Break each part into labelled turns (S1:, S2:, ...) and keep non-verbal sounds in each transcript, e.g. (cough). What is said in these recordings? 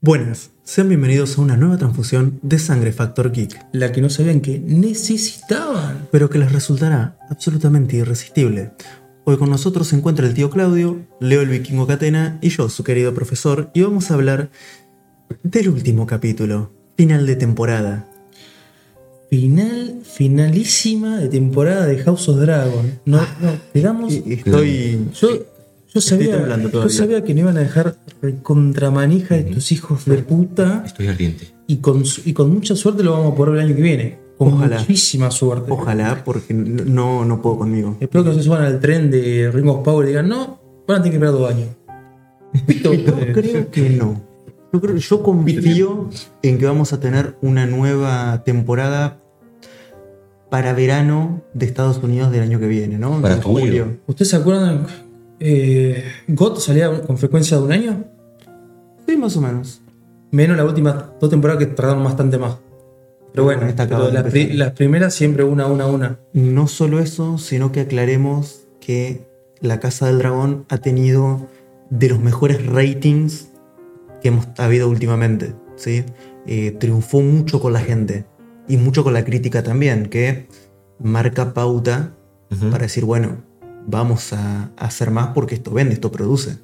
S1: Buenas, sean bienvenidos a una nueva transfusión de Sangre Factor Geek,
S2: la que no sabían que necesitaban.
S1: pero que les resultará absolutamente irresistible. Hoy con nosotros se encuentra el tío Claudio, Leo el Vikingo Catena y yo, su querido profesor, y vamos a hablar del último capítulo, final de temporada.
S2: Final, finalísima de temporada de House of Dragon. No, no, quedamos.
S1: Y- y Ah, eh, Estoy...
S2: Yo, yo sabía,
S1: temblando
S2: yo
S1: todavía.
S2: sabía que no iban a dejar contramanija de tus hijos de puta.
S3: Estoy ardiente.
S2: Y con, su- y con mucha suerte lo vamos a poder ver el año que viene. Con
S1: Ojalá.
S2: muchísima suerte.
S1: Ojalá, porque no, no puedo conmigo.
S2: Espero que no se suban al tren de Ring of Power y digan, no, van a tener que esperar dos años.
S1: (laughs)
S2: Pito,
S1: Yo
S2: eh,
S1: creo que no. Yo, creo- yo confío en que vamos a tener una nueva temporada para verano de Estados Unidos del año que viene, ¿no?
S3: Para
S1: En
S3: julio.
S2: ¿Ustedes se acuerdan? Eh, ¿God salía con frecuencia de un año?
S1: Sí, más o menos.
S2: Menos las últimas dos temporadas que tardaron bastante más. Pero bueno,
S1: Con esta acaba
S2: pero
S1: de
S2: las, pri-
S1: empezar.
S2: las primeras siempre una, una, una.
S1: No solo eso, sino que aclaremos que la Casa del Dragón ha tenido de los mejores ratings que hemos habido últimamente, ¿sí? Eh, triunfó mucho con la gente y mucho con la crítica también, que marca pauta para decir, bueno, vamos a hacer más porque esto vende, esto produce.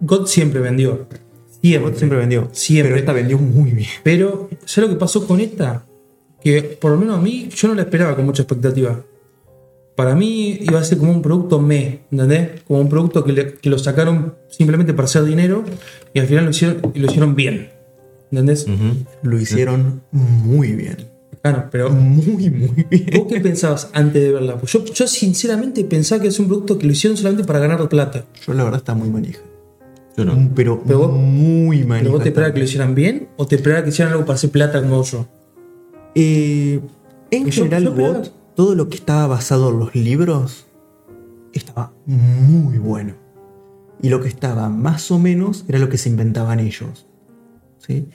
S2: God siempre vendió. Siempre.
S1: Eh, Siempre vendió.
S2: Siempre.
S1: Pero esta vendió muy bien.
S2: Pero, ¿sabes lo que pasó con esta? Que por lo menos a mí, yo no la esperaba con mucha expectativa. Para mí iba a ser como un producto me, ¿entendés? Como un producto que, le- que lo sacaron simplemente para hacer dinero y al final lo hicieron, y lo hicieron bien. ¿Entendés?
S1: Lo hicieron muy bien.
S2: Claro, pero
S1: Muy, muy bien.
S2: ¿Vos qué pensabas antes de verla? Pues yo, yo sinceramente pensaba que es un producto que lo hicieron solamente para ganar plata.
S1: Yo la verdad está muy manija.
S3: Yo no.
S1: Pero,
S2: Pero vos-
S1: muy manija.
S2: ¿Pero vos te
S1: está.
S2: esperabas que lo hicieran bien o te esperabas que hicieran algo para hacer plata como yo?
S1: Eh, en
S2: Yo-
S1: general,
S2: yo creo-
S1: Bot, todo lo que estaba basado en los libros estaba muy bueno. Y lo que estaba más o menos era lo que se inventaban ellos. ¿sí?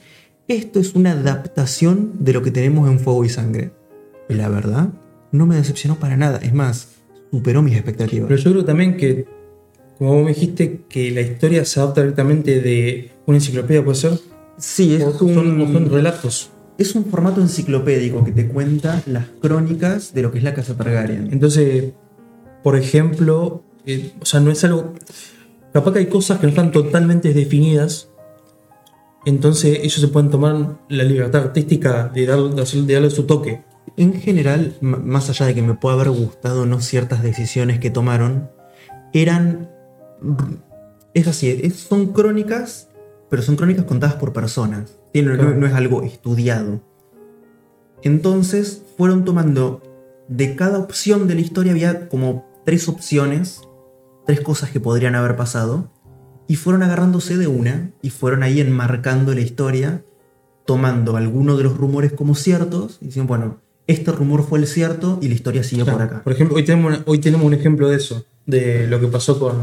S1: Esto es una adaptación de lo que tenemos en Fuego y Sangre. Y la verdad, no me decepcionó para nada. Es más, superó mis expectativas.
S2: Pero yo creo también que, como vos me dijiste, que la historia se adapta directamente de una enciclopedia, ¿puede ser?
S1: sí,
S2: O son, o son relatos.
S1: es un formato enciclopédico que te cuenta las crónicas de lo que es la Casa Targaryen.
S2: Entonces, por ejemplo, eh, o sea, no es algo. Capaz que hay cosas que no están totalmente definidas. Entonces, ellos se pueden tomar la libertad artística de, dar- de hacer- de darle su toque.
S1: En general, m- más allá de que me pueda haber gustado o no ciertas decisiones que tomaron, eran... Es así, es- son crónicas, pero son crónicas contadas por personas. Sí, no- no,
S2: Claro.
S1: no es algo estudiado. Entonces fueron tomando... De cada opción de la historia había como tres opciones, tres cosas que podrían haber pasado, y fueron agarrándose de una, y fueron ahí enmarcando la historia tomando alguno de los rumores como ciertos y diciendo, bueno, este rumor fue el cierto y la historia sigue
S2: Claro,
S1: por acá.
S2: Por ejemplo, hoy tenemos, una- hoy tenemos un ejemplo de eso, de lo que pasó con,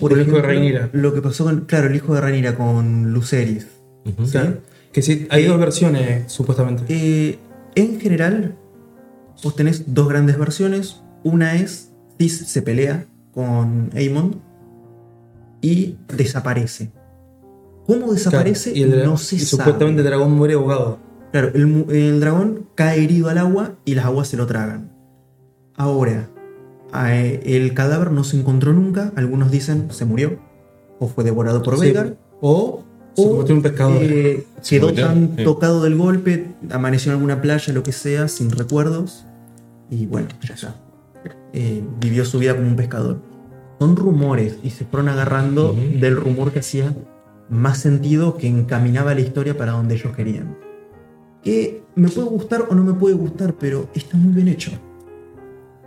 S1: Por
S2: con el hijo de
S1: ejemplo,
S2: Rhaenyra.
S1: Lo que pasó con, claro, el hijo de Rhaenyra con Luceris.
S3: Ujú.
S1: ¿sí?
S2: Que sí, hay dos versiones, supuestamente.
S1: Eh, en general, vos tenés dos grandes versiones. Una es Tis se pelea con Aemon y desaparece. ¿Cómo desaparece?
S2: Claro, y el dra-
S1: no se
S2: y
S1: sabe.
S2: Supuestamente el dragón muere ahogado.
S1: Claro, el, mu- el dragón cae herido al agua y las aguas se lo tragan. Ahora, a- eh, el cadáver no se encontró nunca. Algunos dicen se murió o fue devorado por
S2: Sí.
S1: Veigar.
S2: O, se
S1: O,
S2: convirtió en un pescador.
S1: eh,
S3: Se
S1: quedó
S3: murió,
S1: tan
S3: sí.
S1: tocado del golpe, amaneció en alguna playa, lo que sea, sin recuerdos. Y bueno, ya está. Eh, vivió su vida como un pescador. Son rumores y se fueron agarrando
S3: Ujú.
S1: del rumor que hacía más sentido que encaminaba la historia para donde ellos querían. Que me puede gustar o no me puede gustar, pero está muy bien hecho.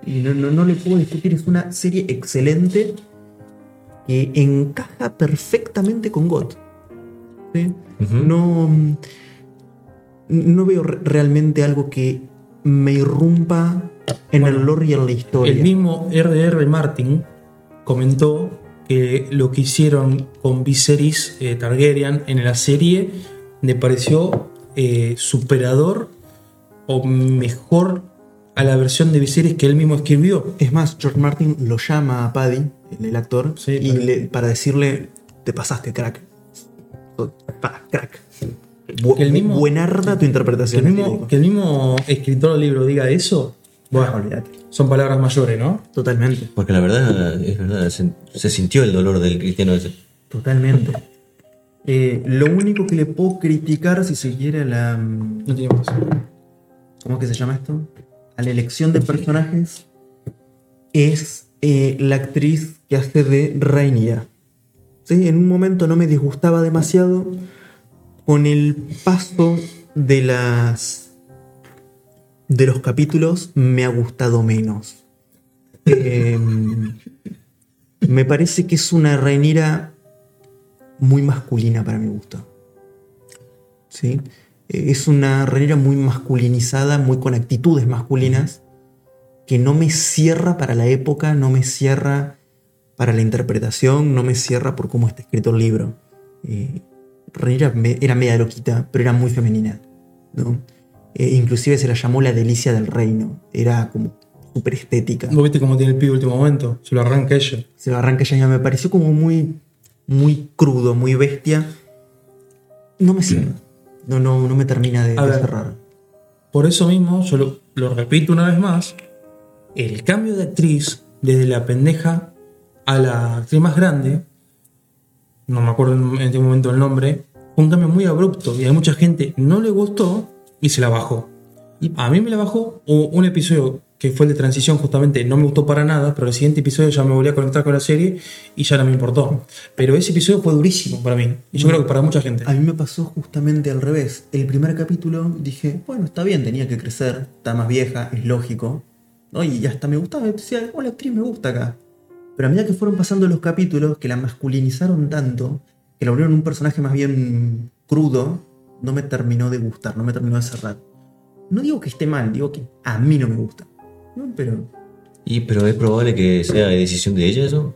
S1: Y no, no, no le puedo discutir, es una serie excelente que encaja perfectamente con God. ¿sí?
S3: Ujú.
S1: No, mm, no veo re- realmente algo que me irrumpa en el lore y en la historia.
S2: El mismo R.R. Martin comentó que lo que hicieron con Viserys eh, Targaryen en la serie le pareció eh, superador o mejor a la versión de Viserys que él mismo escribió.
S1: Es más, George Martin lo llama a Paddy, el, el actor,
S2: Sí,
S1: y
S2: para-
S1: le- para decirle, te pasaste, crack. Pa, crack. Bu-
S2: Que el mismo-
S1: buenarda tu
S2: Que el,
S1: interpretación.
S2: mismo, que el mismo escritor del libro diga eso,
S1: Bueno,
S2: bueno,
S1: olvídate.
S2: son palabras mayores, ¿no?
S1: Totalmente.
S3: Porque la verdad, es verdad, se, se sintió el dolor del cristiano ese.
S1: Totalmente. Eh, lo único que le puedo criticar, si se quiere, a la. mm,
S2: No tiene más.
S1: ¿Cómo es que se llama esto? A la elección de personajes es eh, la actriz que hace de Rainia. Sí, en un momento no me disgustaba demasiado. Con el paso de las. de los capítulos me ha gustado menos. Eh, me parece que es una reinira muy masculina para mi gusto. ¿Sí? Eh, Es una reinira muy masculinizada, muy con actitudes masculinas, que no me cierra para la época, no me cierra para la interpretación, no me cierra por cómo está escrito el libro. Eh, Rhaenyra me- era media loquita, pero era muy femenina. ¿no? Eh, inclusive se la llamó la delicia del reino. Era como súper estética.
S2: ¿Vos viste cómo tiene el pibe último momento? Se lo arranca ella.
S1: Se lo arranca ella. Me pareció como muy, muy crudo, muy bestia. No me cierra. No, no, no me termina de,
S2: A
S1: de
S2: ver.
S1: cerrar.
S2: Por eso mismo, yo lo, lo repito una vez más, el cambio de actriz desde la pendeja a la actriz más grande, no me acuerdo en este momento el nombre, fue un cambio muy abrupto y a mucha gente no le gustó y se la bajó. A mí me la bajó hubo un episodio que fue el de transición justamente, no me gustó para nada, pero el siguiente episodio ya me volví a conectar con la serie y ya no me importó. Pero ese episodio fue durísimo para mí y yo creo que para mucha gente.
S1: A mí me pasó justamente al revés. El primer capítulo dije, bueno, está bien, tenía que crecer, está más vieja, es lógico. ¿no? Y hasta me gustaba, decía, oh, la actriz me gusta acá. Pero a medida que fueron pasando los capítulos, que la masculinizaron tanto, que la volvieron un personaje más bien crudo, no me terminó de gustar, no me terminó de cerrar. No digo que esté mal, digo que a mí no me gusta. ¿no? Pero
S3: Y pero es probable que sea decisión de ella eso.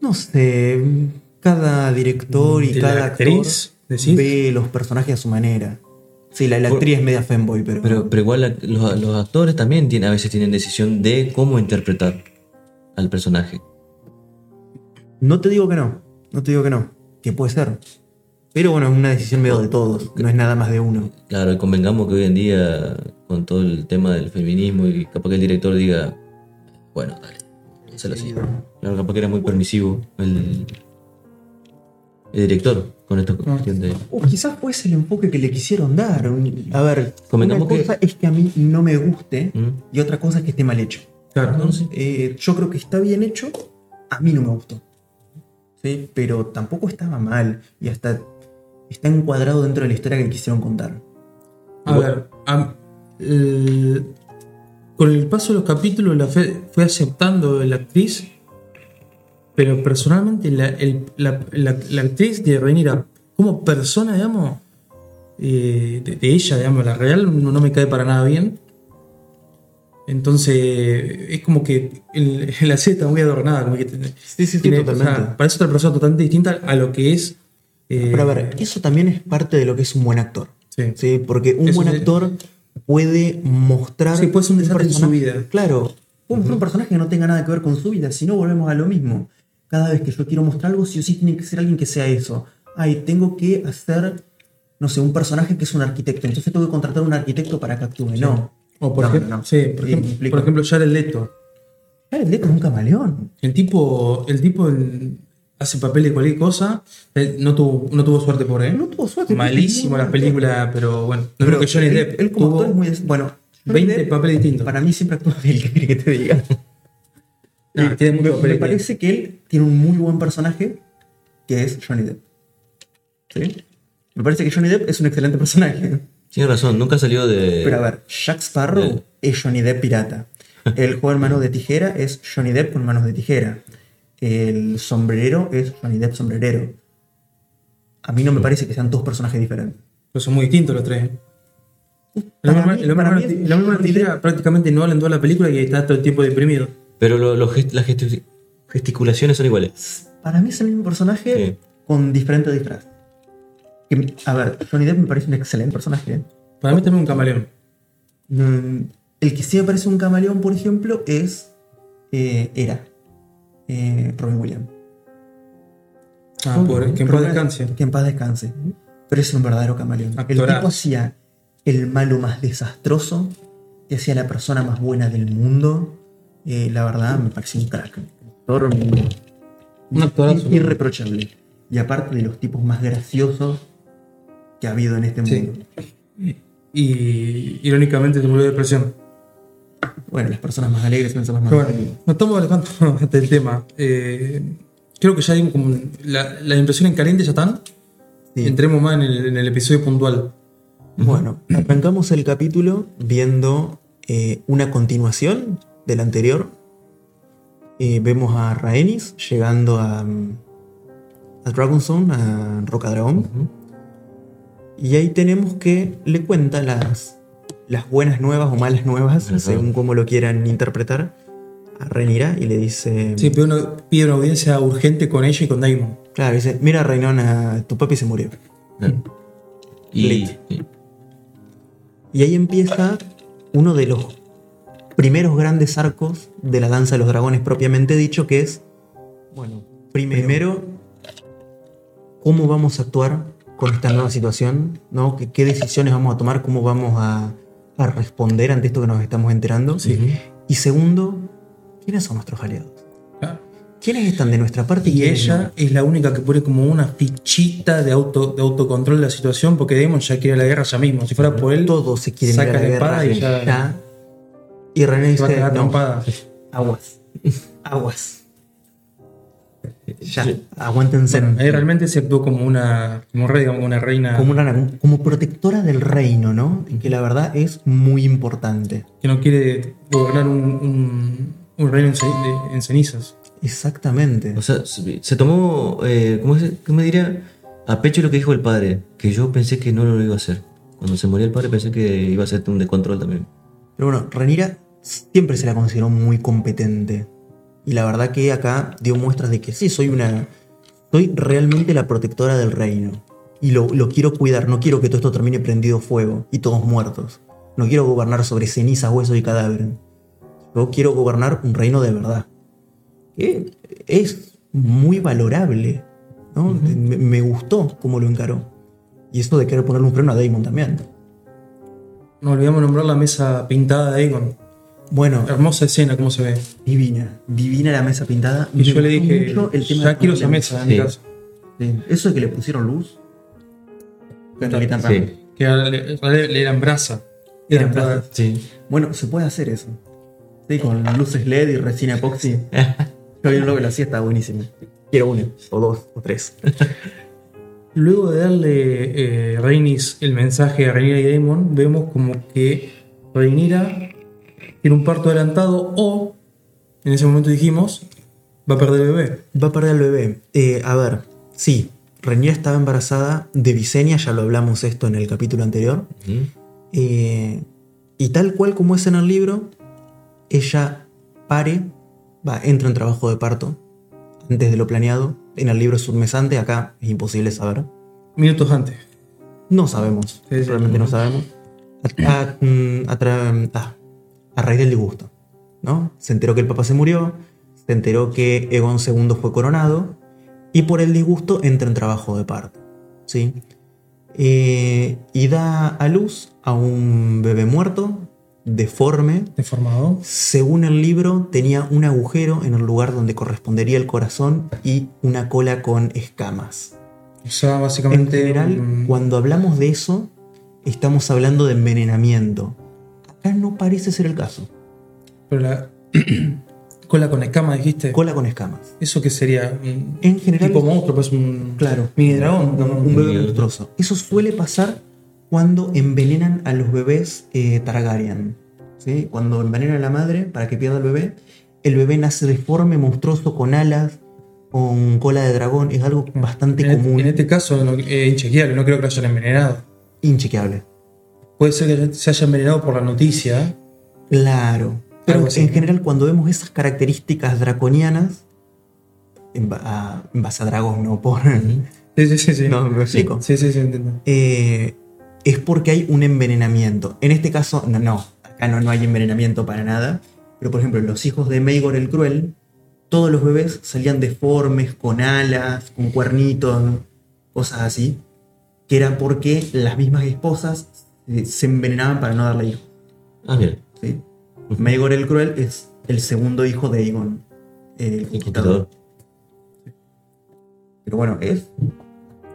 S1: No sé, cada director y
S2: ¿De la
S1: cada
S2: actriz,
S1: actor
S2: decís?
S1: ve los personajes a su manera. Sí, la, la
S3: Por-
S1: actriz es media fanboy, pero,
S3: Pero, pero igual la- los, los actores también tienen, a veces tienen decisión de cómo interpretar al personaje.
S1: no te digo que no, no te digo que no, que puede ser. Pero bueno, es una decisión medio de todos, no es nada más de uno.
S3: Claro, y convengamos que hoy en día, con todo el tema del feminismo, y capaz que el director diga, bueno, dale, hazlo así. Claro, capaz que era muy permisivo el, el director con esta cuestión de...
S1: O quizás fue ese el enfoque que le quisieron dar. un- A ver,
S3: Convengamos
S1: una
S3: que-
S1: cosa es que a mí no me guste
S3: ¿Mm?
S1: y otra cosa es que esté mal hecho.
S2: Claro.
S1: Eh, yo creo que está bien hecho, a mí no me gustó. Sí, pero tampoco estaba mal y hasta está encuadrado dentro de la historia que quisieron contar.
S2: A ver, am- el- con el paso de los capítulos la fe, fue aceptando la actriz, pero personalmente la, el- la- la- la actriz de Rhaenyra como persona, digamos, eh, de, de ella, digamos, la real, no, no me cae para nada bien. Entonces, es como que el- (laughs) la serie está muy adornada, como que tiene-
S1: Sí, sí,
S2: tiene- o sea, parece otra persona totalmente distinta a lo que es. eh,
S1: Pero a ver, eso también es parte de lo que es un buen actor.
S2: sí.
S1: Sí, porque un
S2: Eso
S1: buen
S2: sí.
S1: actor puede mostrar.
S2: Sí, puede ser un desastre en su
S1: personaje-
S2: vida.
S1: Claro, puede mostrar un personaje que no tenga nada que ver con su vida, si no volvemos a lo mismo. Cada vez que yo quiero mostrar algo, sí o sí tiene que ser alguien que sea eso. Ay, tengo que hacer, no sé, un personaje que es un arquitecto, entonces tengo que contratar a un arquitecto para que actúe. No.
S2: O por,
S1: No,
S2: ejemplo,
S1: no, no.
S2: sí, por,
S1: Sí,
S2: ejemplo-
S1: me explico.
S2: por ejemplo, Jared Leto.
S1: Jared Leto es un camaleón.
S2: El tipo, el tipo en- hace papel de cualquier cosa. Eh, No tuvo, no tuvo suerte por él.
S1: No tuvo suerte,
S2: Malísimo
S1: no,
S2: las
S1: no,
S2: películas, pero bueno. No
S1: Pero
S2: creo que Johnny
S1: él-
S2: Depp
S1: Él como
S2: tuvo
S1: actor es muy. des- Bueno, Johnny
S2: 20
S1: Depp
S2: papeles distintos.
S1: Para mí siempre actúa (laughs) bien, ¿qué querés que te diga.
S2: (laughs) Ah, tiene
S1: me,
S2: mucho
S1: me
S2: papel.
S1: parece que él tiene un muy buen personaje, que es Johnny Depp. ¿Sí? Me parece que Johnny Depp es un excelente personaje.
S3: Tiene razón, nunca salió de...
S1: Pero a ver, Jack Sparrow
S3: Bien.
S1: es Johnny Depp pirata. El juego de manos de tijera es Johnny Depp con manos de tijera. El sombrero es Johnny Depp sombrerero. A mí no me parece que sean dos personajes diferentes.
S2: Pero son muy distintos los tres. El
S1: Para
S2: hombre
S1: mí-
S2: el hombre
S1: para
S2: mano-
S1: mí es
S2: el hombre mano
S1: Johnny
S2: tijera prácticamente no habla en toda la película y está todo el tiempo deprimido.
S3: Pero lo- lo gest- las gesti- gesticulaciones son iguales.
S1: Para mí es el mismo personaje
S3: Sí.
S1: con diferente disfraz. Que me- A ver, Johnny Depp me parece un excelente personaje. ¿eh?
S2: Para mí también un camaleón.
S1: Mm, el que sí me parece un camaleón, por ejemplo, es. eh, era. eh, Robin Williams.
S2: Ah, pobre, que en paz
S1: Robert-
S2: descanse.
S1: Que en paz descanse. Pero es un verdadero camaleón. El
S2: Actorazo.
S1: tipo hacía el malo más desastroso, te hacía la persona más buena del mundo. Eh, la verdad, me pareció un crack. Actor
S2: Un actorazo.
S1: ir- irreprochable. Y aparte de los tipos más graciosos que ha habido en este
S2: Sí.
S1: mundo.
S2: Y irónicamente se murió de depresión.
S1: Bueno, las personas más alegres son las más
S2: Pero bueno, nos estamos alejando (laughs) del tema. Eh, creo que ya dimos como la, la impresión en caliente ya están.
S1: Sí.
S2: Entremos más en el, en el episodio puntual.
S1: Bueno, arrancamos el capítulo viendo eh, una continuación del anterior. Eh, vemos a Rhaenys llegando a, mm, a Dragonstone, a Rocadragón. Y ahí tenemos que le cuenta las, las buenas nuevas o malas nuevas,
S3: Ajá.
S1: según como lo quieran interpretar, a Renira y le dice...
S2: Sí, pero uno pide una audiencia urgente con ella y con Daimon.
S1: Claro, dice, mira Reinona, tu papi se murió.
S3: Claro. Y,
S1: Lit. Y ahí empieza uno de los primeros grandes arcos de la danza de los dragones propiamente dicho, que es, bueno, primero, cómo vamos a actuar con esta nueva situación, ¿no? ¿Qué, qué decisiones vamos a tomar? ¿Cómo vamos a, a responder ante esto que nos estamos enterando? Y segundo, ¿quiénes son nuestros aliados? Ah, ¿Quiénes están de nuestra parte?
S2: Y
S1: quiénes
S2: ella es la única que pone como una fichita de, auto, de autocontrol de la situación porque Daemon ya quiere la guerra ya mismo. Si fuera
S1: no?
S2: por él,
S1: Todos se quieren ir
S2: saca
S1: a la
S2: la
S1: guerra
S2: espada y ya-
S1: Y René
S2: se va a
S1: dice,
S2: quedar
S1: no,
S2: trompada.
S1: Aguas. (laughs) Aguas. Ya, aguántense.
S2: Ahí Eh, realmente se actuó como una, como un rey, como una reina
S1: como, una- como protectora del reino, ¿no? Y Que la verdad es muy importante.
S2: que no quiere gobernar un, un- un reino en, ce- de- en cenizas.
S1: Exactamente.
S3: O sea, se se tomó, eh, ¿cómo, se- cómo me diría? A pecho lo que dijo el padre, que yo pensé que no lo iba a hacer. Cuando se murió el padre pensé que iba a ser un descontrol también.
S1: Pero bueno, Renira siempre se la consideró muy competente. Y la verdad que acá dio muestras de que sí, soy una. Soy realmente la protectora del reino. Y lo, lo quiero cuidar, no quiero que todo esto termine prendido fuego y todos muertos. No quiero gobernar sobre cenizas, huesos y cadáveres. Yo quiero gobernar un reino de verdad. Que es muy valorable. ¿no? me, me gustó cómo lo encaró. Y esto de querer ponerle un freno a Daemon también.
S2: Nos olvidamos de nombrar la mesa pintada de Aegon.
S1: Bueno,
S2: Hermosa escena, cómo se ve.
S1: Divina, divina la mesa pintada.
S2: Y
S1: Me
S2: yo le
S1: gustó
S2: dije,
S1: mucho el tema de
S2: ya quiero
S1: poner
S2: esa
S1: la
S2: mesa en mi
S3: Sí.
S2: casa.
S1: Sí. Eso de que le pusieron luz. Bueno, que tan raro.
S2: Que le, le- le eran brasa.
S1: Eran
S2: Era-
S1: brasa.
S3: sí.
S1: Bueno, se puede hacer eso. Sí, con luces LED y resina epoxi. (laughs) Yo vi un logo que lo hacía, estaba buenísimo. Quiero una, o dos, o tres.
S2: Luego de darle eh, Rhaenys el mensaje a Rhaenyra y Daemon, vemos como que Rhaenyra tiene un parto adelantado o, en ese momento dijimos, va a perder el bebé.
S1: Va a perder al bebé. Eh, a ver, sí, Renier estaba embarazada de Visenya, ya lo hablamos esto en el capítulo anterior.
S3: Ujú.
S1: Eh, y tal cual como es en el libro, ella pare, va, entra en trabajo de parto antes de lo planeado. En el libro es un mes antes, acá es imposible saber.
S2: Minutos antes.
S1: No sabemos,
S2: Sí, sí.
S1: realmente no sabemos. A, a- mm, a tra- ah, a raíz del disgusto, ¿no? Se enteró que el papá se murió, se enteró que Egon II fue coronado y por el disgusto entra en trabajo de parto, ¿sí? Eh, y da a luz a un bebé muerto, deforme.
S2: Deformado.
S1: Según el libro, tenía un agujero en el lugar donde correspondería el corazón y una cola con escamas.
S2: O sea,
S1: En
S2: básicamente. mm,
S1: general,
S2: un-
S1: cuando hablamos de eso, estamos hablando de envenenamiento. Acá no parece ser el caso.
S2: pero la- (clears throat) cola con escama, dijiste.
S1: Cola con escamas.
S2: ¿Eso qué sería? Un
S1: En general,
S2: tipo monstruo, pues un.
S1: Claro.
S2: Mini dragón.
S1: un,
S2: ¿no?
S1: un bebé
S3: Mierda.
S1: monstruoso. Eso suele pasar cuando envenenan a los bebés eh, Targaryen. ¿sí? Cuando envenenan a la madre para que pierda el bebé, el bebé nace deforme, monstruoso, con alas, con cola de dragón. Es algo bastante
S2: Mm. en,
S1: común,
S2: en este caso, no, eh, inchequeable, no creo que lo hayan envenenado.
S1: inchequeable.
S2: Puede ser que se haya envenenado por la noticia.
S1: Claro. Pero
S2: Algo así.
S1: en general, cuando vemos esas características draconianas, en, ba- a- en base a dragón, no por.
S2: Sí, sí, sí.
S1: (laughs)
S2: sí.
S1: No, me explico.
S2: Sí, sí, sí, entiendo.
S1: Eh, es porque hay un envenenamiento. En este caso, no, no. Acá no, no hay envenenamiento para nada. Pero por ejemplo, los hijos de Maegor el Cruel todos los bebés salían deformes, con alas, con cuernitos, cosas así, que era porque las mismas esposas eh, se envenenaban para no darle hijos.
S3: Ah, bien.
S1: ¿sí? Maegor el Cruel es el segundo hijo de Aegon, eh, el
S3: El
S1: conquistador.
S3: computador.
S1: Pero bueno, es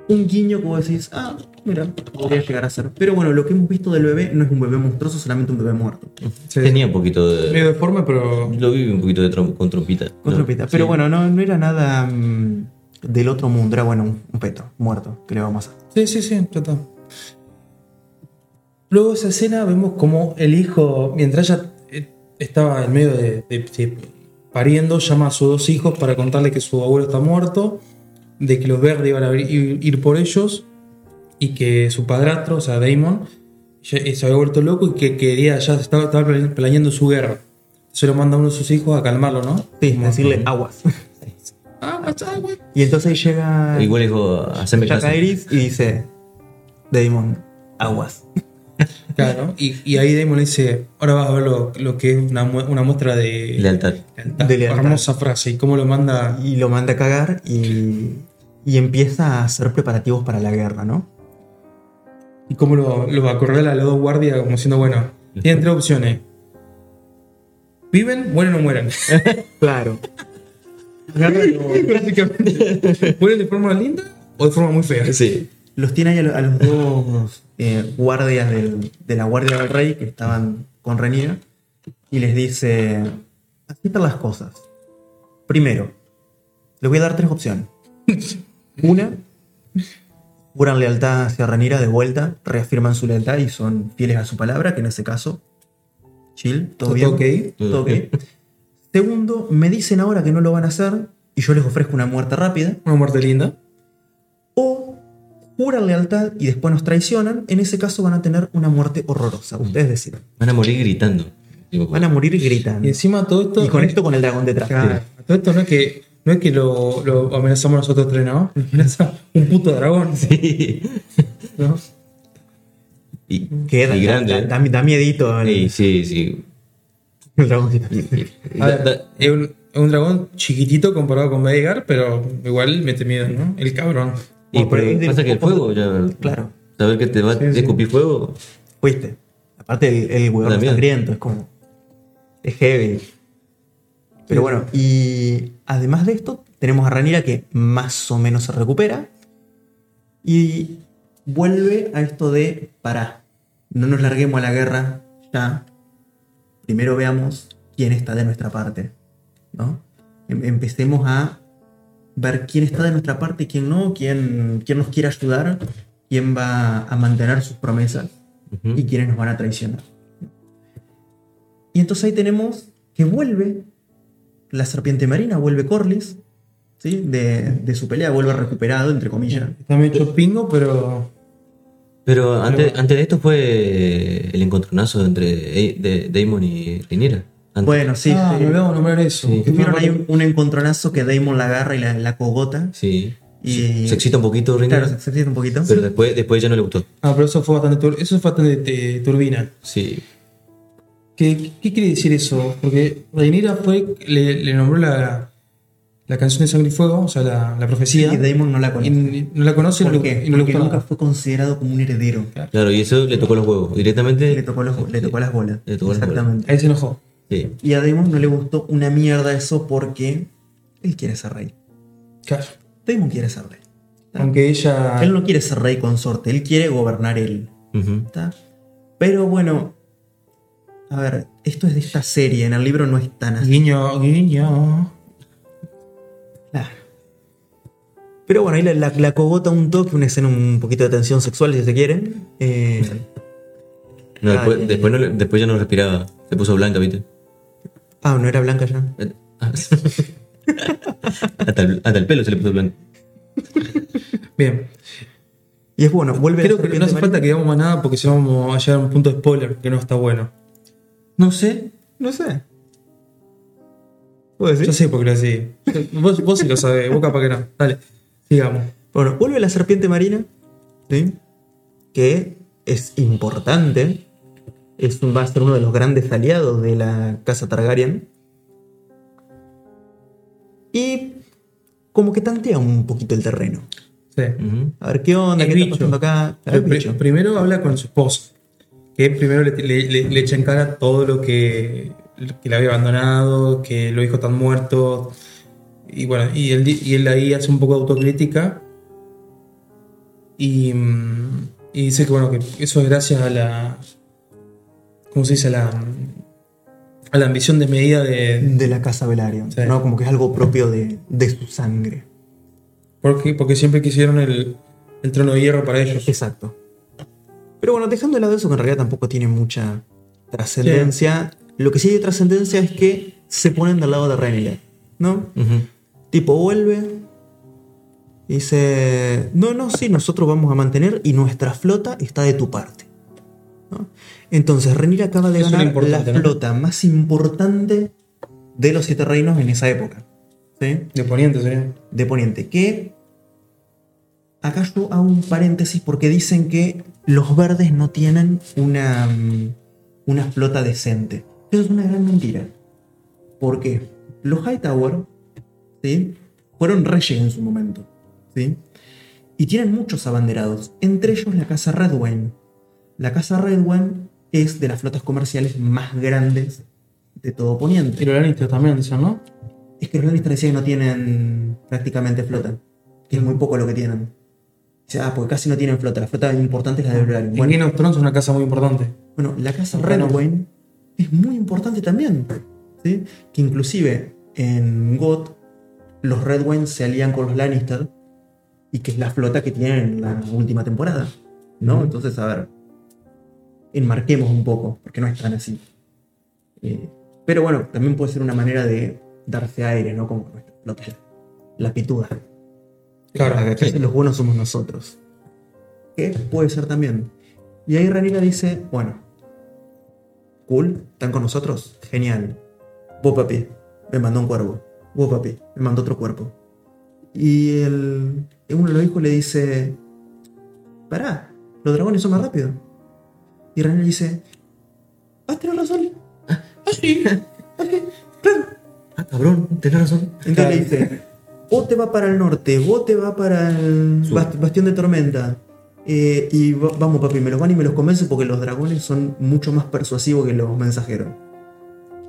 S1: un guiño que vos decís, ah, mira, podría llegar a ser. Pero bueno, lo que hemos visto del bebé no es un bebé monstruoso, solamente un bebé muerto.
S2: Sí.
S3: Tenía un poquito de.
S2: Medio deforme, pero.
S3: Lo vi un poquito de trom- con trompita.
S1: Con
S3: ¿no?
S1: trompeta. Pero
S3: Sí.
S1: bueno, no, no era nada mm, del otro mundo. Era bueno, un, un petro muerto. que le vamos a hacer?
S2: Sí, sí, sí, ya está. Luego esa escena vemos como el hijo, mientras ella eh, estaba en medio de, de- de pariendo, llama a sus dos hijos para contarle que su abuelo está muerto, de que los verdes iban a vir- ir, ir por ellos y que su padrastro, o sea, Damon, ya- eh, se había vuelto loco y que quería, ya estaba, estaba plane- planeando su guerra. Se lo manda uno de sus hijos a calmarlo, ¿no?
S1: Sí, decirle pues, aguas. (laughs)
S2: Ah, pasa, güey.
S1: Y entonces llega
S3: Igual dijo, hacerme caso.
S1: Iris y dice: Damon, aguas.
S2: Claro, y, y ahí Damon le dice, ahora vas a ver lo, lo que es una, mu- una muestra de
S3: Lealtad.
S2: lealtad".
S1: De lealtad.
S2: Hermosa frase, y cómo lo manda...
S1: Y lo manda a cagar y, y empieza a hacer preparativos para la guerra, ¿no?
S2: Y cómo lo, lo acorrala a los dos guardias como diciendo, bueno, tienen tres opciones. Viven, mueren o mueren. (laughs)
S1: Claro.
S2: Básicamente. ¿Mueren de forma linda o de forma muy fea?
S3: Sí.
S1: Los tiene ahí a, lo- a los dos eh, guardias del- de la Guardia del Rey que estaban con Rhaenyra y les dice, así están las cosas. Primero, les voy a dar tres
S2: (laughs)
S1: opciones. Una, juran lealtad hacia Rhaenyra de vuelta, reafirman su lealtad y son fieles a su palabra, que en ese caso, chill, todo bien.
S2: Todo ok.
S1: Todo ok. Segundo, me dicen ahora que no lo van a hacer y yo les ofrezco una muerte rápida.
S2: Una muerte linda.
S1: O juran lealtad y después nos traicionan, en ese caso van a tener una muerte horrorosa. Ustedes deciden.
S3: Van a morir gritando. Digo, (laughs)
S1: Van a morir
S2: Y
S1: gritando.
S2: encima todo esto...
S1: Y con esto con el dragón detrás.
S2: Claro, todo esto no es que, no es que lo, lo amenazamos nosotros tres, ¿no? Amenaza un puto dragón.
S3: Sí.
S2: ¿no?
S3: Y,
S1: Que da,
S3: y grande. ¿eh?
S1: da- da- da miedito el,
S3: Sí, sí, sí.
S1: el dragoncito.
S2: A
S1: Ah,
S3: Da-
S2: ver,
S3: da-
S2: es un, es un dragón chiquitito comparado con Veigar, pero igual mete miedo, ¿no? El cabrón.
S3: y
S1: Bueno, pero
S3: pero
S1: es de
S3: pasa que el
S1: pocos-
S3: fuego ya.
S1: Claro.
S3: Saber que te va
S2: Sí,
S3: a
S2: sí.
S3: escupir fuego.
S1: Fuiste. Aparte el, el huevón
S3: Da miedo.
S1: sangriento, es como... Es heavy. Pero bueno, y además de esto, tenemos a Ranira que más o menos se recupera. Y vuelve a esto de, pará, no nos larguemos a la guerra, ya. Primero veamos quién está de nuestra parte, ¿no? Em- Empecemos a ver quién está de nuestra parte y quién no, quién, quién nos quiere ayudar, quién va a mantener sus promesas
S3: Ujú.
S1: y quienes nos van a traicionar. Y entonces ahí tenemos que vuelve la serpiente marina, vuelve Corlys, ¿sí? de, de su pelea, vuelve recuperado, entre comillas.
S2: Está medio hecho pingo, pero.
S3: Pero antes, antes de esto fue el encontronazo entre A- de- Damon y Rhaenyra. Antes-
S1: Bueno, sí,
S2: ah,
S1: sí.
S2: no le vamos a nombrar eso.
S3: Sí.
S2: Que fue una
S1: Tuvieron ahí
S2: parte-
S1: un, un encontronazo que Damon la agarra y la, la cogota.
S3: Sí.
S1: Y-
S3: Se excita un poquito Rhaenyra.
S1: Claro, se excita un poquito.
S3: Pero después, después ya no le gustó.
S2: Ah, pero eso fue bastante, tur- eso fue bastante eh, turbina.
S3: Sí.
S2: ¿Qué, qué quiere decir eso? Porque Rhaenyra fue, le, le nombró la, la canción de Sangre y Fuego, o sea, la, la profecía.
S1: Y Damon no la
S2: y
S1: conoce.
S2: n- no la conoce y no
S1: ¿Por
S2: le-
S1: qué?
S2: y no le
S1: Porque
S2: gustó
S1: nunca
S2: nada.
S1: fue considerado como un heredero.
S3: Claro, y eso le tocó los huevos. Directamente.
S1: Le tocó, los- le tocó las bolas.
S3: Le tocó las bolas.
S1: Exactamente.
S2: Ahí se enojó.
S3: Sí.
S1: Y a Damon no le gustó una mierda eso porque él quiere ser rey.
S2: Claro.
S1: Damon quiere ser rey.
S2: Aunque ella.
S1: Él no quiere ser rey consorte, él quiere gobernar él.
S3: Ujú.
S1: ¿tá? Pero bueno, a ver, esto es de esta serie, en el libro no es tan así.
S2: Guiño, guiño.
S1: Claro. Pero bueno, ahí la, la- la cogota un toque, una escena un poquito de tensión sexual, si se quiere. Eh,
S3: No,
S1: Ah,
S3: después,
S1: ya, ya,
S3: después, no le- después ya no respiraba. Se puso blanca, ¿viste?
S1: (laughs) ah, no era blanca ya.
S3: Eh, ah, hasta, el, hasta el pelo se le puso blanco.
S2: Bien.
S1: Y es bueno, vuelve
S2: Creo
S1: la
S2: que no
S1: serpiente
S2: hace falta
S1: marina.
S2: que digamos más nada porque si vamos a llegar a un punto de spoiler que no está bueno. No sé.
S1: No sé. ¿Puedo decir?
S2: Yo sé por qué lo así. Vos, vos sí lo sabés, vos capaz que no. Dale, sigamos.
S1: Bueno, vuelve la serpiente marina, ¿sí? que es importante, es un, va a ser uno de los grandes aliados de la casa Targaryen. Y como que tantea un poquito el terreno.
S2: Sí.
S3: Ujú.
S1: A ver qué onda,
S2: El
S1: qué está
S2: bicho.
S1: pasando acá. Claro,
S2: Pero
S1: el
S2: pri-
S1: bicho.
S2: primero habla con su esposa, que primero le, le- le- le echa en cara todo lo que, que la había abandonado, que los hijos están muertos. Y bueno, y él, di- y él ahí hace un poco de autocrítica. Y, mm, y dice que bueno, que eso es gracias a la. ¿Cómo se dice? A la, a la ambición de medida de.
S1: de la casa Velaryon.
S2: Sí.
S1: ¿no? Como que es algo propio de, de su sangre.
S2: Porque, porque siempre quisieron el, el trono de hierro para ellos.
S1: Exacto. Pero bueno, dejando de lado eso, que en realidad tampoco tiene mucha trascendencia. Lo que sí hay de trascendencia es que se ponen del lado de Renly, ¿no?
S3: Ujú.
S1: Tipo vuelve. y Dice, no, no, sí, nosotros vamos a mantener y nuestra flota está de tu parte. ¿no? Entonces, Renil acaba de
S2: Eso es lo
S1: ganar la
S2: importante, ¿no?
S1: flota más importante de los siete reinos en esa época. ¿sí?
S2: De poniente sería.
S1: de Poniente. Que acá yo hago un paréntesis porque dicen que los verdes no tienen una, mm, una flota decente. Eso es una gran mentira. Porque los Hightower ¿sí? fueron reyes en su momento. ¿sí? Y tienen muchos abanderados, entre ellos la Casa Redwine. La Casa Redwine es de las flotas comerciales más grandes de todo Poniente.
S2: Y los Lannister también, dicen, ¿no?
S1: Es que los Lannister decían que no tienen prácticamente flota. Que es muy poco lo que tienen. Dice, ah, porque casi no tienen flota. La flota importante es la de Velaryon.
S2: En
S1: Bueno,
S2: Game of Thrones es una casa muy importante.
S1: bueno, la casa
S2: Bueno.
S1: Redwine es muy importante también. ¿sí? Que inclusive en GOT los Redwine se alían con los Lannister. Y que es la flota que tienen en la última temporada. ¿No? Entonces, a ver. Enmarquemos un poco, porque no es tan así. Eh, pero bueno, también puede ser una manera de darse aire, ¿no? Como nuestra flota es la pituda.
S2: Claro.
S1: Acá
S3: sí.
S1: los buenos somos nosotros. Que puede ser también. Y ahí Ranira dice, bueno, cool, están con nosotros, genial. Vos papi, me mandó un cuervo. Vos papi, me mandó otro cuerpo. Y el, uno de los hijos le dice, pará, los dragones son más rápidos. Y Ranira dice, vas a tener razón. Ah, sí. Ok, claro.
S3: Ah, cabrón, tenés razón.
S1: Entonces
S2: Claro.
S1: le dice, vos te vas para el norte, vos te vas para el
S3: Sur.
S1: bast- bastión de tormenta. Eh, y va- vamos, papi, me los van y me los convencen porque los dragones son mucho más persuasivos que los mensajeros.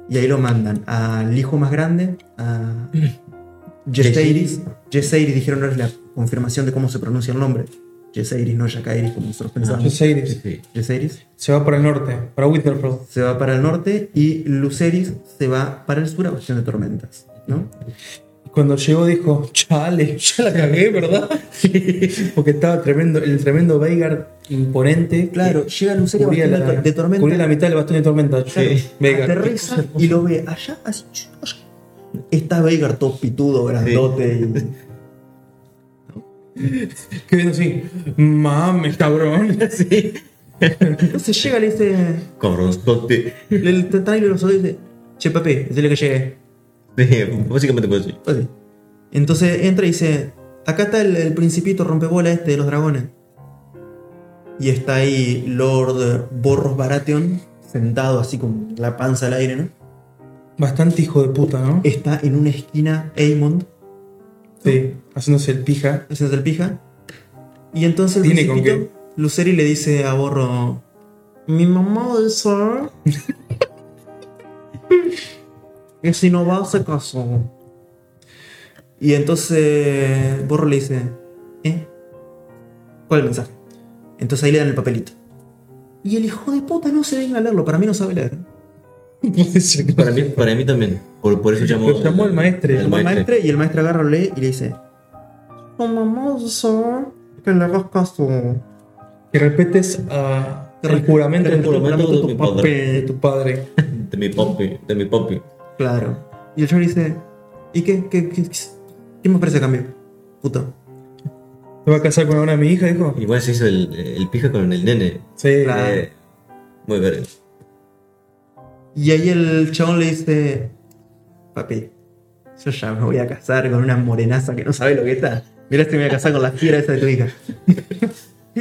S1: Y ahí lo mandan al hijo más grande, a Jeseiris. Jeseiris, dijeron ahora es la confirmación de cómo se pronuncia el nombre. Jeseiris, no Yakairis, como nosotros pensamos.
S2: Jaceres
S3: Sí.
S1: Jeseiris
S2: se va para el norte, para Winterfell.
S1: se va para el norte y Luceris se va para el sur a Bastión de Tormentas, ¿no?
S2: Y Cuando llegó dijo, chale, (laughs) ya la cagué, ¿verdad? (laughs) Porque estaba tremendo, el tremendo Veigar imponente.
S1: Claro,
S2: que
S1: llega Lucero a
S2: cubría
S1: Bastión de
S2: la,
S1: Tor- de Tormenta.
S2: Cubría la mitad del bastón de tormenta.
S1: Claro,
S2: Sí, Veigar.
S1: aterriza
S2: (laughs)
S1: y lo ve allá, así. Está Veigar todo pitudo, grandote. y-
S2: Que vino así, mames, cabrón. Sí.
S1: Entonces llega, le dice.
S3: Cabronzote.
S1: Le, le, Tyler lo saluda y dice: Che, papi, decirle que llegue.
S3: (laughs) Sí, básicamente puedo decir.
S1: Así. Entonces entra y dice: Acá está el, el principito rompebola este de los dragones. Y está ahí Lord Borros Baratheon, sentado así con la panza al aire, ¿no?
S2: Bastante hijo de puta, ¿no?
S1: Está en una esquina Aemond,
S2: Sí, haciéndose el
S1: (laughs)
S2: pija.
S1: haciéndose el pija. Y entonces el
S2: Tiene con
S1: principito, Luceri le dice a Borro: Mi mamá dice
S2: (laughs)
S1: que si no va, se casó. Y entonces Borro le dice: ¿Eh? ¿Cuál es el mensaje? Entonces ahí le dan el papelito. Y el hijo de puta no se venga a leerlo, para mí no sabe leer.
S3: Para mí, para mí también. Por, por eso llamó.
S2: Lo llamó el maestre.
S3: al
S1: Toma el maestre y el maestro agarra, lo lee y le dice: Tu mamá dice que le hagas caso.
S2: Que respetes a,
S1: Que
S2: el
S1: respetes
S2: juramento
S1: el
S2: de tu-
S3: juramento de
S2: de tu
S3: mi padre.
S2: papel, de tu padre.
S3: De mi papi, de mi papi.
S1: Claro. Y el señor dice, ¿y qué? ¿Qué, qué, qué- qué me parece cambio? Puto.
S2: ¿Te va a casar con una de mi hija, dijo?
S3: Igual se hizo el, el pija con el nene.
S2: Sí,
S1: Claro.
S3: Eh, muy verga.
S1: Y ahí el chabón le dice, papi, yo ya me voy a casar con una morenaza que no sabe lo que está. Mirá si me voy a casar con la fiera esa de tu hija. (laughs)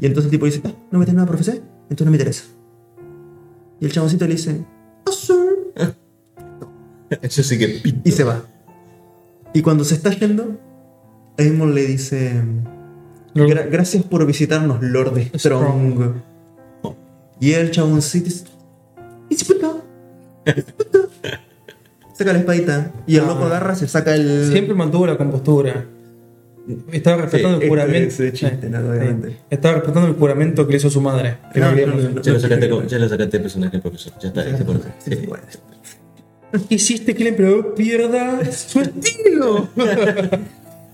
S1: y entonces el tipo dice, ah, ¿no me tenés nada, profesor? Entonces no me interesa. Y el chaboncito le dice, "Ah, sí".
S3: (laughs) Eso sí que pito.
S1: Y se va. Y cuando se está yendo, Aemon le dice:
S2: Lord-
S1: "Gra- Gracias por visitarnos, Lord Mm. Strong. Y el chaboncito dice: "Es (laughs) puto, es puto". Saca la espadita. Y el loco agarra, se saca el.
S2: Siempre mantuvo la compostura. Estaba respetando
S1: Sí,
S2: el
S1: esto
S2: juramento.
S1: es de chiste, ¿no?
S2: Sí.
S1: Obviamente.
S2: Estaba respetando el juramento que le hizo su madre. Que
S1: No,
S2: no quería
S1: no, no,
S2: morir.
S1: no.
S3: Ya lo sacaste, como- ya lo sacaste de personaje, profesor. Ya está, este por
S1: Sí, sí, bueno.
S2: ¿Qué hiciste que el emperador pierda
S1: (laughs)
S2: su estilo?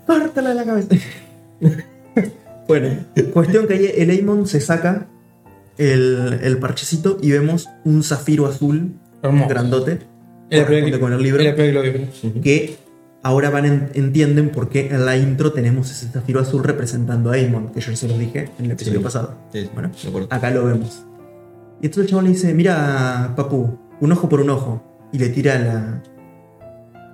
S1: Córtala de la cabeza. bueno, cuestión que el Aemon se saca el, el parchecito y vemos un zafiro azul
S2: Hermoso.
S1: grandote.
S2: Era
S1: corresponde
S2: peor que-
S1: con el libro.
S2: era peor que lo vio.
S1: Que ahora van en- entienden por qué en la intro tenemos ese zafiro azul representando a Aemon, que yo ya se los dije en el episodio
S3: Sí.
S1: pasado.
S3: Sí,
S1: Bueno,
S3: me acuerdo.
S1: acá lo vemos. Y entonces el chabón le dice, mira, papu, un ojo por un ojo. Y le tira la,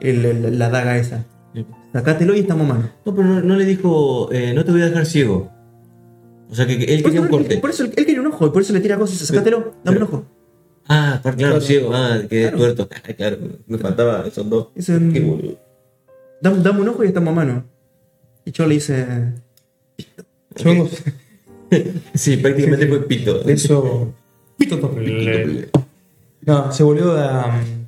S1: el- el- la daga esa.
S3: Sí.
S1: Sacátelo y estamos a mano.
S3: No, pero no, no le dijo, eh, no te voy a dejar ciego. O sea que que él
S1: Por
S3: quería
S1: eso,
S3: un
S1: él-
S3: corte.
S1: por eso él él quería un ojo, y por eso le tira cosas y dice, sacátelo, dame un ojo.
S3: Ah, claro,
S2: Claro.
S3: ciego. Ah, quedé
S1: Claro.
S3: tuerto. claro, me faltaba, son dos.
S1: Es un-
S3: Qué boludo.
S1: Dame, dame un ojo y estamos a mano. Y yo le dice,
S2: Yo vengo
S3: Sí, prácticamente fue pito.
S2: (laughs) de eso. Pito tople. No, se volvió a. mm,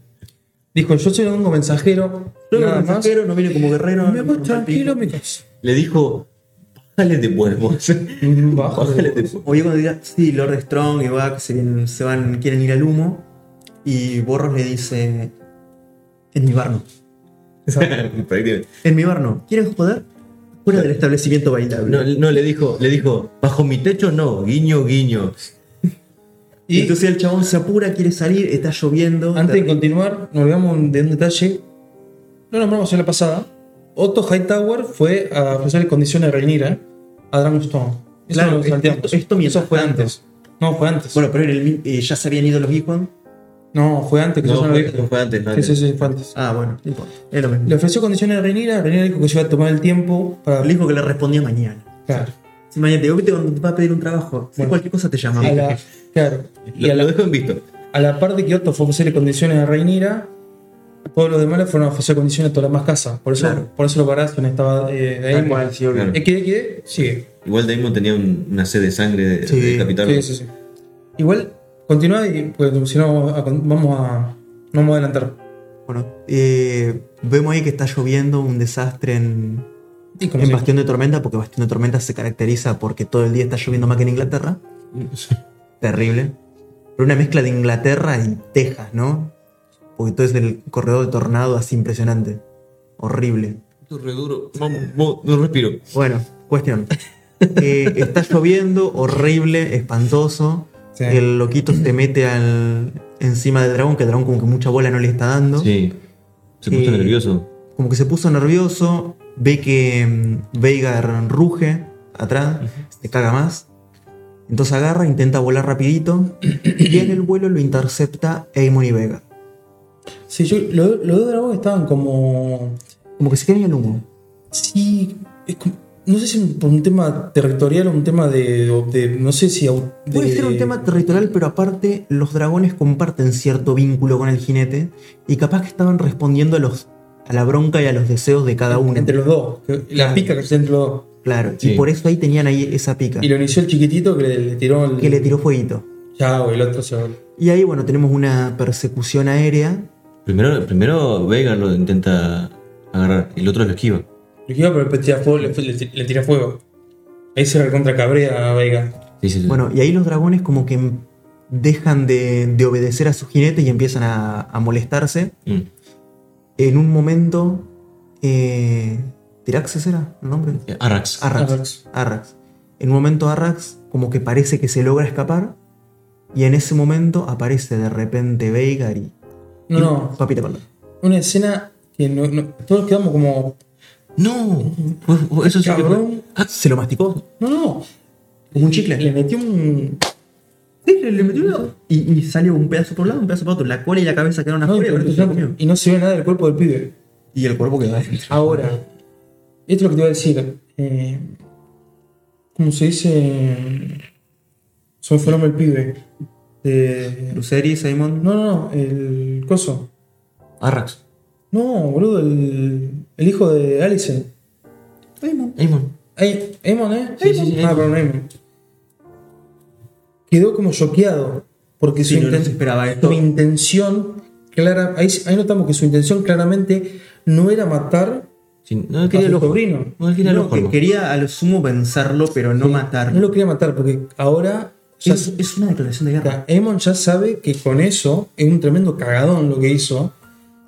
S2: Dijo: Yo soy un único mensajero.
S1: yo
S2: nada
S1: no
S2: más.
S1: mensajero, no viene como guerrero.
S2: Me
S1: no
S2: voy
S1: rompe el
S2: tranquilo,
S1: pico".
S2: me caso.
S3: Le dijo, bájale de huevos.
S2: Bajo de
S3: Bájale de
S2: huevos.
S3: huevos.
S1: O yo cuando diga, sí, Lord Strong y Buck se, vienen- se van, quieren ir al humo. Y Borros le dice, en mi bar no.
S3: Prácticamente.
S1: En mi bar no. ¿Quieren joder? Fuera del establecimiento bailable.
S3: (laughs) No, no, le dijo, le dijo, bajo mi techo no, guiño, guiño.
S1: y
S2: Y
S1: entonces el chabón se apura, quiere salir, está lloviendo.
S2: antes de
S1: está-
S2: continuar, nos olvidamos un- de un detalle. No nombramos en la pasada. Otto Hightower fue a ofrecerle condiciones de Rhaenyra a Dragonstone. Eso
S1: Claro,
S2: no lo
S1: esto-
S2: salteamos.
S1: esto- esto mientras
S2: Eso fue
S1: tanto.
S2: antes. No, fue antes.
S1: Bueno, pero en el mi- eh, ya se habían ido los Geekwan.
S2: no, fue antes. Que
S3: No,
S2: yo ya lo
S3: fue-
S2: dije.
S3: fue antes, fue
S2: Sí, sí,
S3: antes.
S2: sí, fue antes.
S1: Ah, bueno, no importa. Es lo mismo.
S2: Le ofreció condiciones a Rhaenyra. Rhaenyra dijo que se iba a tomar el tiempo para
S1: Le dijo que le respondía mañana.
S2: Claro.
S1: Si mañana te digo, viste, cuando te va a pedir un trabajo, si
S2: Bueno.
S1: cualquier cosa te llama.
S2: A la, claro. Y
S3: Lo,
S2: a
S3: lo
S2: la,
S3: dejó en visto.
S2: a la par de que Otto fue a ofrecerle condiciones a Reinira, todos los demás le fueron a ofrecer condiciones a todas las más casas. Por eso,
S1: Claro.
S2: por eso lo pararon estaba eh, de ahí.
S3: Claro.
S2: Es que, que sigue.
S3: Igual Damon tenía un- una sed de sangre de,
S1: Sí.
S3: de capital.
S2: Sí, sí, sí. Igual, continúa y pues, si no vamos a, vamos a, vamos a adelantar.
S1: Bueno, eh, vemos ahí que está lloviendo un desastre en,
S2: Y como
S1: en
S2: siempre.
S1: Bastión de Tormenta, porque Bastión de Tormenta se caracteriza porque todo el día está lloviendo más que en Inglaterra. Terrible. Pero una mezcla de Inglaterra y Texas, ¿no? Porque todo es el corredor de tornado así impresionante. Horrible.
S3: Esto es re duro. Vamos, vos, no respiro.
S1: Bueno, cuestión. Eh, está lloviendo, horrible, espantoso.
S2: Sí.
S1: El loquito se mete al, encima del dragón, que el dragón como que mucha bola no le está dando.
S3: Sí. Se puso
S1: Eh,
S3: nervioso.
S1: Como que se puso nervioso, ve que mm, Veigar ruge atrás, se caga más. Entonces agarra, intenta volar rapidito y en el vuelo lo intercepta Aemon y Veigar.
S2: Sí, yo, lo- los dos dragones estaban como.
S1: Como que se queda en el humo.
S2: Sí, es como- no sé si por un tema territorial o un tema de. o de- no sé si. au- de-
S1: Puede ser un tema territorial, pero aparte los dragones comparten cierto vínculo con el jinete y capaz que estaban respondiendo a los a la bronca y a los deseos de cada uno.
S2: entre los dos. que- La pica que está entre los dos.
S1: Claro,
S3: Sí.
S1: y por eso ahí tenían ahí esa pica
S2: Y lo inició el chiquitito que le, le tiró el.
S1: que le tiró fueguito.
S2: Chao, el otro se va.
S1: Y ahí bueno, tenemos una persecución aérea
S3: Primero, primero Vega lo intenta agarrar y el otro lo esquiva.
S2: Lo que iba, pero le tira fuego, le, le- le tira fuego. Ahí se recontra cabrea a Vega.
S3: Sí, sí, sí.
S1: Bueno, y ahí los dragones como que dejan de, de obedecer a su jinete y empiezan a, a molestarse.
S3: Mm.
S1: En un momento, eh, ¿Tiraxes era el nombre?
S3: Eh, Arrax.
S1: Arrax.
S2: Arrax.
S1: Arrax. En un momento Arrax como que parece que se logra escapar y en ese momento aparece de repente Veigar y...
S2: No, no.
S1: Papita, perdón.
S2: Una escena que no, no- todos quedamos como.
S3: No, Fue- fue- eso sí que fue-
S2: Cabrón.
S3: Ah,
S1: Se lo masticó.
S2: No, no.
S1: Como un chicle.
S2: Le metió un.
S1: Sí, le, le metió un dedo. y, y salió un pedazo por un lado, un pedazo por otro. La cola y la cabeza quedaron
S2: no,
S1: afuera y el
S2: pero-
S1: resto se lo comió.
S2: y no se ve nada del cuerpo del pibe.
S1: Y el cuerpo quedó adentro.
S2: Ahora, esto es lo que te iba a decir. Eh, ¿Cómo se dice? Son fue el nombre del pibe. Eh, De-
S1: Luceri, Simon,
S2: no, no, no, el coso.
S3: Arrax.
S2: No, boludo, el. El hijo de Alicent.
S1: Aemon.
S3: Aemon.
S2: Ay, Aemon, ¿eh?
S3: Sí, sí, sí,
S2: Ah,
S3: Aemon.
S2: perdón, Aemon. Quedó como choqueado. Porque
S3: Sí,
S2: su,
S3: no, no
S2: inten-
S3: se esperaba esto.
S2: su intención clara. Ahí, ahí notamos que su intención claramente no era matar
S3: Sí, no él
S2: a
S3: quería
S2: su
S3: el ojo.
S2: sobrino.
S3: No él quería el
S1: No,
S3: ojo,
S1: que
S3: hermano.
S1: quería a lo sumo vencerlo, pero no matarlo.
S2: No lo quería matar porque ahora. ya
S1: es, es una declaración de guerra.
S2: Ahora, Emon ya sabe que con eso es un tremendo cagadón lo que hizo.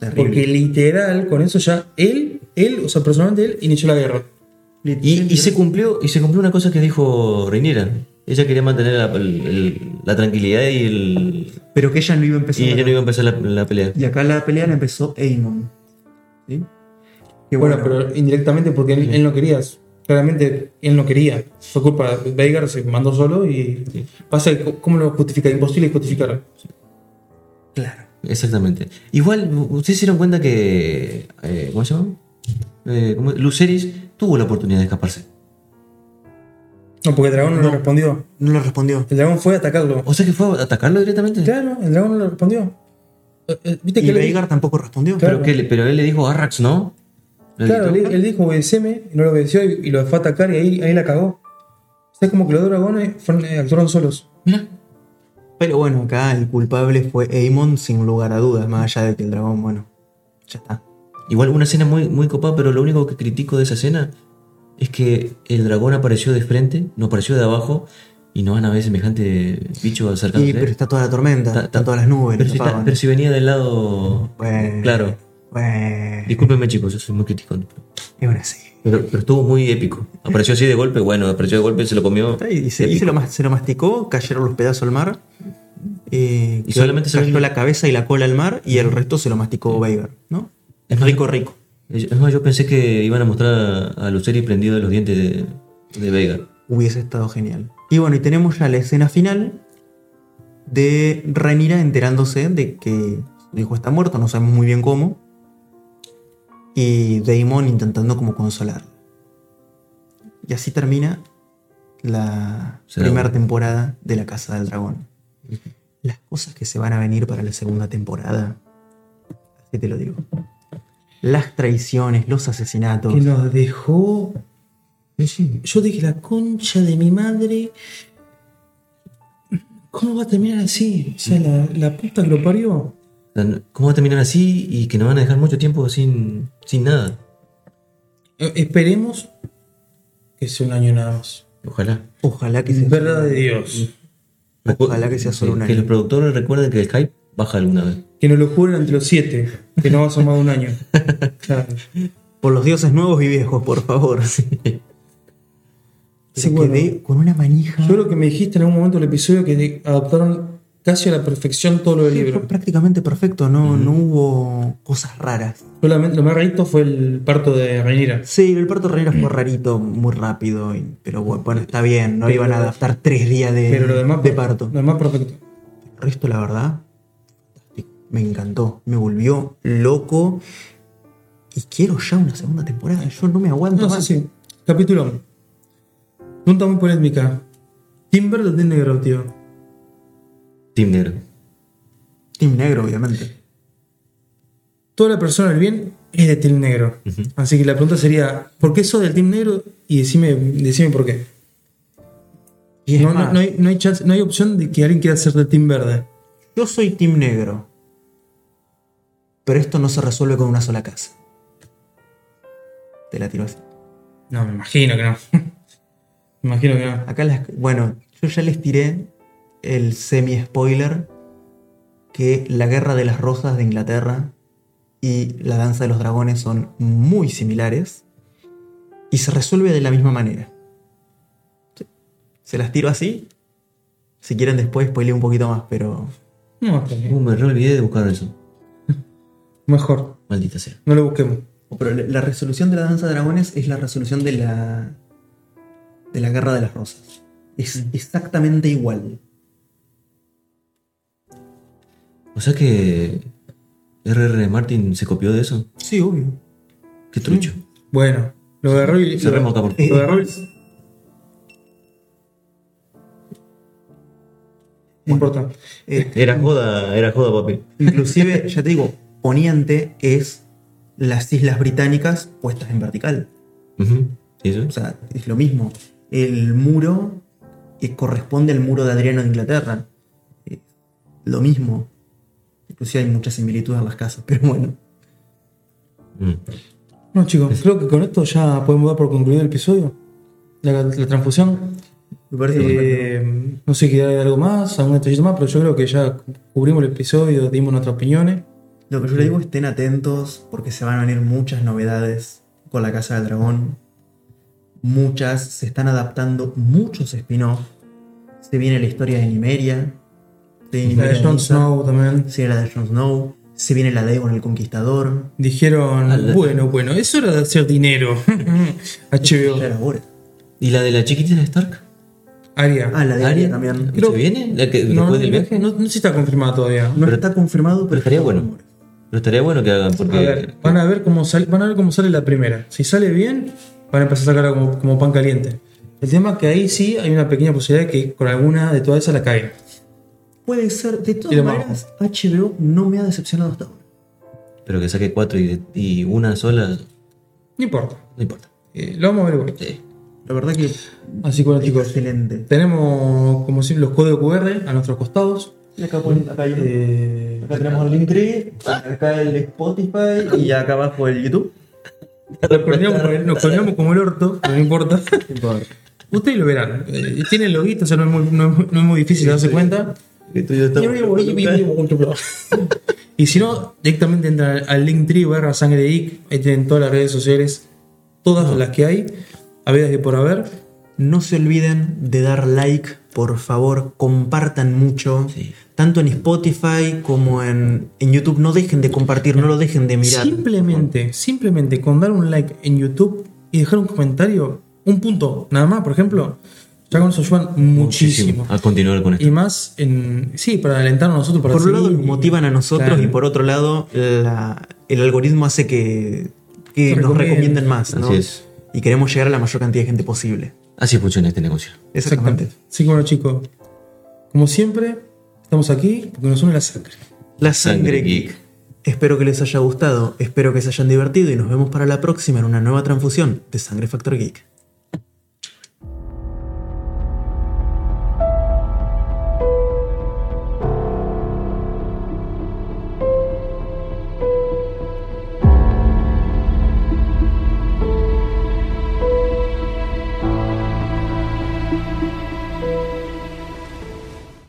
S1: Terrible.
S2: Porque literal, con eso ya él, él, o sea, personalmente él, inició la guerra.
S3: Y, y se cumplió, y se cumplió una cosa que dijo Reiniera. Ella quería mantener la, el- el- la tranquilidad y el.
S1: Pero que ella no iba a empezar.
S3: Y
S1: la-
S3: ella no iba a empezar la, la pelea.
S1: Y acá la pelea la empezó Aemon. ¿Sí? Qué
S2: bueno, pero indirectamente porque él, él no quería. Claramente él no quería. Fue culpa de Veigar, se mandó solo y. Pasa que, c- ¿cómo lo justifica? Imposible justificar.
S1: Claro.
S3: Exactamente. Igual, ¿ustedes se dieron cuenta que. eh, ¿Cómo se llama? Eh, ¿cómo- Luceris tuvo la oportunidad de escaparse.
S2: No, porque el dragón no, le respondió.
S1: No le respondió.
S2: El dragón fue a atacarlo.
S3: O sea que fue a atacarlo directamente.
S2: Claro, el dragón no le respondió. Eh, eh, ¿Viste que
S1: Y
S2: él,
S1: Veigar tampoco respondió.
S2: Claro.
S3: Pero, que, le- pero él le dijo a Arrax, ¿no? ¿Le
S2: claro,
S3: gritó?
S2: él, él dijo obedeceme y no lo obedeció y, y lo fue a atacar y ahí, ahí la cagó. O sea, es como que los dos dragones fueron- eh, actuaron solos.
S3: Mira.
S1: Pero bueno, acá el culpable fue Aemon sin lugar a dudas, más allá de que el dragón, bueno, ya está.
S3: Igual una escena muy, muy copada, pero lo único que critico de esa escena es que el dragón apareció de frente, no apareció de abajo, y no van a ver semejante bicho acercándose.
S1: Y, pero está toda la tormenta,
S3: Ta- ta-
S1: están todas las nubes,
S3: Pero
S1: lo
S3: si, ta-
S1: tapaban.
S3: pero si venía del lado.
S1: Bueno.
S3: Claro.
S1: Bueno,
S3: Discúlpenme, chicos, yo soy muy crítico.
S1: y bueno, sí.
S3: Pero, pero estuvo muy épico. Apareció así de golpe, bueno, apareció de golpe, se lo comió.
S1: Y se, y se lo, mas- se lo masticó, cayeron los pedazos al mar. eh,
S3: Y
S1: quedó-
S3: solamente se
S1: cayó
S3: ve-
S1: la cabeza y la cola al mar y el resto se lo masticó Veigar, ¿no?
S3: Es
S1: Es
S3: más-
S1: rico, rico.
S3: Es es más, yo pensé que iban a mostrar a Luceri prendido de los dientes de, de Vega.
S1: Hubiese estado genial. Y bueno, y tenemos ya la escena final de Rhaenyra enterándose de que su hijo está muerto, no sabemos muy bien cómo. Y Daemon intentando como consolarla. Y así termina la
S3: Será
S1: primera
S3: bueno.
S1: temporada de La Casa del Dragón. Las cosas que se van a venir para la segunda temporada. Así te lo digo. Las traiciones, los asesinatos.
S2: Que nos dejó. Yo dije, la concha de mi madre. ¿Cómo va a terminar así? O sea, la, la puta que lo parió.
S3: ¿Cómo va a terminar así y que nos van a dejar mucho tiempo sin, sin nada?
S2: Eh, Esperemos que sea un año nada más.
S3: Ojalá.
S1: Ojalá que sea
S2: Verdad de Dios.
S1: Ojalá que sea solo un
S3: Que
S1: año.
S3: los productores recuerden que el hype baja alguna vez.
S2: Que nos lo juren ante los siete. Que no va a ser más de
S1: (laughs)
S2: un año. Claro.
S1: Por los dioses nuevos y viejos, por favor. (laughs) Se
S2: Sí, bueno.
S1: quedé con una manija.
S2: Yo creo que me dijiste en algún momento del episodio que de- adaptaron casi a la perfección todo lo del
S1: Fue
S2: libro.
S1: prácticamente perfecto, no, no hubo cosas raras.
S2: Solamente lo más rarito fue el parto de Rhaenyra.
S1: Sí, el parto Herrera fue rarito, muy rápido, y- pero bu- bueno, está bien, no iban a adaptar tres días de,
S2: Pero lo demás,
S1: de parto.
S2: Lo demás perfecto.
S1: El resto, la verdad, me encantó, me volvió loco y quiero ya una segunda temporada, yo no me aguanto
S2: No sé
S1: más.
S2: si. Capítulo. Pregunta muy polémica. ¿Timber o Tim Negro, tío?
S3: Team Negro.
S1: Team Negro, obviamente.
S2: Toda la persona del bien es de Team Negro. Así que la pregunta sería: ¿por qué sos del Team Negro? Y decime, decime por qué.
S1: Y es
S2: No, no-
S1: más,
S2: no hay, no hay chance- no hay opción de que alguien quiera ser del Team Verde.
S1: Yo soy Team Negro. Pero esto no se resuelve con una sola casa. Te la tiro así.
S2: No, me imagino que no. (laughs) me imagino que no.
S1: Acá las. Bueno, yo ya les tiré el semi-spoiler que la guerra de las rosas de Inglaterra y la danza de los dragones son muy similares y se resuelve de la misma manera. Sí. Se las tiro así. Si quieren después spoileo un poquito más, pero
S2: No, está bien.
S3: Uh, me re olvidé de buscar eso.
S2: Mejor,
S3: Maldita sea.
S2: no lo busquemos.
S1: Pero la- la resolución de la danza de dragones es la resolución de la. de la guerra de las rosas. Es exactamente igual.
S3: O sea que. RR Martin se copió de eso.
S1: Sí, obvio.
S3: Qué trucho.
S2: Bueno, lo de Roy.
S3: Cerremos acá, por favor.
S2: Lo de Roy. No importa.
S1: Eh,
S3: Era joda, era joda, papi.
S1: (laughs) inclusive, ya te digo, Poniente es las islas británicas puestas en vertical.
S3: Ujú. ¿Y eso?
S1: O sea, es lo mismo. El muro eh, corresponde al muro de Adriano de Inglaterra. Eh, lo mismo. Inclusive hay muchas similitudes en las casas, (laughs) pero bueno.
S3: Mm.
S2: No, chicos, creo que con esto ya podemos dar por concluido el episodio. La, la transfusión.
S1: Me parece perfecto.
S2: Eh, no sé si hay algo más, algún detallito más, pero yo creo que ya cubrimos el episodio, dimos nuestras opiniones.
S1: Lo que yo le digo, estén atentos porque se van a venir muchas novedades con la Casa del Dragón. Muchas, se están adaptando muchos spin-off. Se viene la historia de Nimeria. Se viene
S2: La de
S1: Nymeria
S2: Jon
S1: Nisa,
S2: Snow también.
S1: Se viene la de Jon Snow. Se viene la de Aegon el Conquistador.
S2: Dijeron,
S3: Al-
S2: bueno, bueno, es hora de hacer dinero.
S1: Este, Ya era
S2: HBO.
S1: hora.
S3: ¿Y la de la chiquitita de Stark?
S2: Aria.
S1: Ah, la de Aria
S3: ¿Aria?
S1: también.
S2: Creo-
S3: ¿Se viene? ¿La que,
S2: no,
S3: después
S2: el
S3: del viaje?
S2: viaje no, no sé si está confirmado todavía.
S1: No está confirmado, pero
S3: Pero estaría
S1: está
S3: bueno.
S1: rumores.
S3: Pero estaría bueno que hagan, porque.
S2: A ver, Eh, van a ver cómo sale, van a ver cómo sale la primera. Si sale bien, van a empezar a sacarla como, como pan caliente. El tema es que ahí sí hay una pequeña posibilidad de que con alguna de todas esas la caiga.
S1: Puede ser. De
S2: Y
S1: todas
S2: lo más.
S1: maneras, HBO no me ha decepcionado hasta ahora.
S3: Pero que saque cuatro y, y una sola, no
S2: No importa.
S3: importa.
S2: Eh, lo vamos a ver igual.
S3: Sí.
S1: La verdad que
S2: Así que bueno, chicos.
S1: excelente.
S2: Tenemos, como siempre, los códigos QR a nuestros costados.
S1: acá, hay
S2: Eh,
S1: Acá tenemos el Linktree, acá el Spotify y acá abajo el YouTube.
S2: nos coordinamos con el- nos coordinamos como el orto, pero no importa. Ustedes lo verán. Eh, tiene el loguito, o sea, no es muy, no es muy- no es muy difícil darse cuenta. Y si no, directamente entran al- al Linktree barra sangre de Ick. Ahí tienen todas las redes sociales, todas las que hay, habidas que por haber.
S1: No se olviden de dar like, por favor, compartan mucho.
S3: Sí.
S1: Tanto en Spotify como en, en YouTube. No dejen de compartir, no lo dejen de mirar.
S2: Simplemente, simplemente con dar un like en YouTube y dejar un comentario, un punto, nada más, por ejemplo, ya con eso ayudan muchísimo.
S3: A continuar con esto.
S2: Y más, en, sí, para alentarnos a nosotros. Para
S1: Por un
S2: seguir
S1: lado nos
S2: y-
S1: motivan a nosotros
S2: Claro.
S1: y por otro lado la- el algoritmo hace que, que
S2: Se
S1: nos
S2: recomienden.
S1: recomienden más. ¿no?
S3: Así es.
S1: Y queremos llegar a la mayor cantidad de gente posible.
S3: Así funciona este negocio.
S1: Exactamente.
S2: Así que bueno, chicos, como siempre, estamos aquí porque nos une la sangre.
S1: La Sangre
S3: Sangre
S1: Geek.
S3: Geek.
S1: Espero que les haya gustado, espero que se hayan divertido y nos vemos para la próxima en una nueva transfusión de Sangre Factor Geek.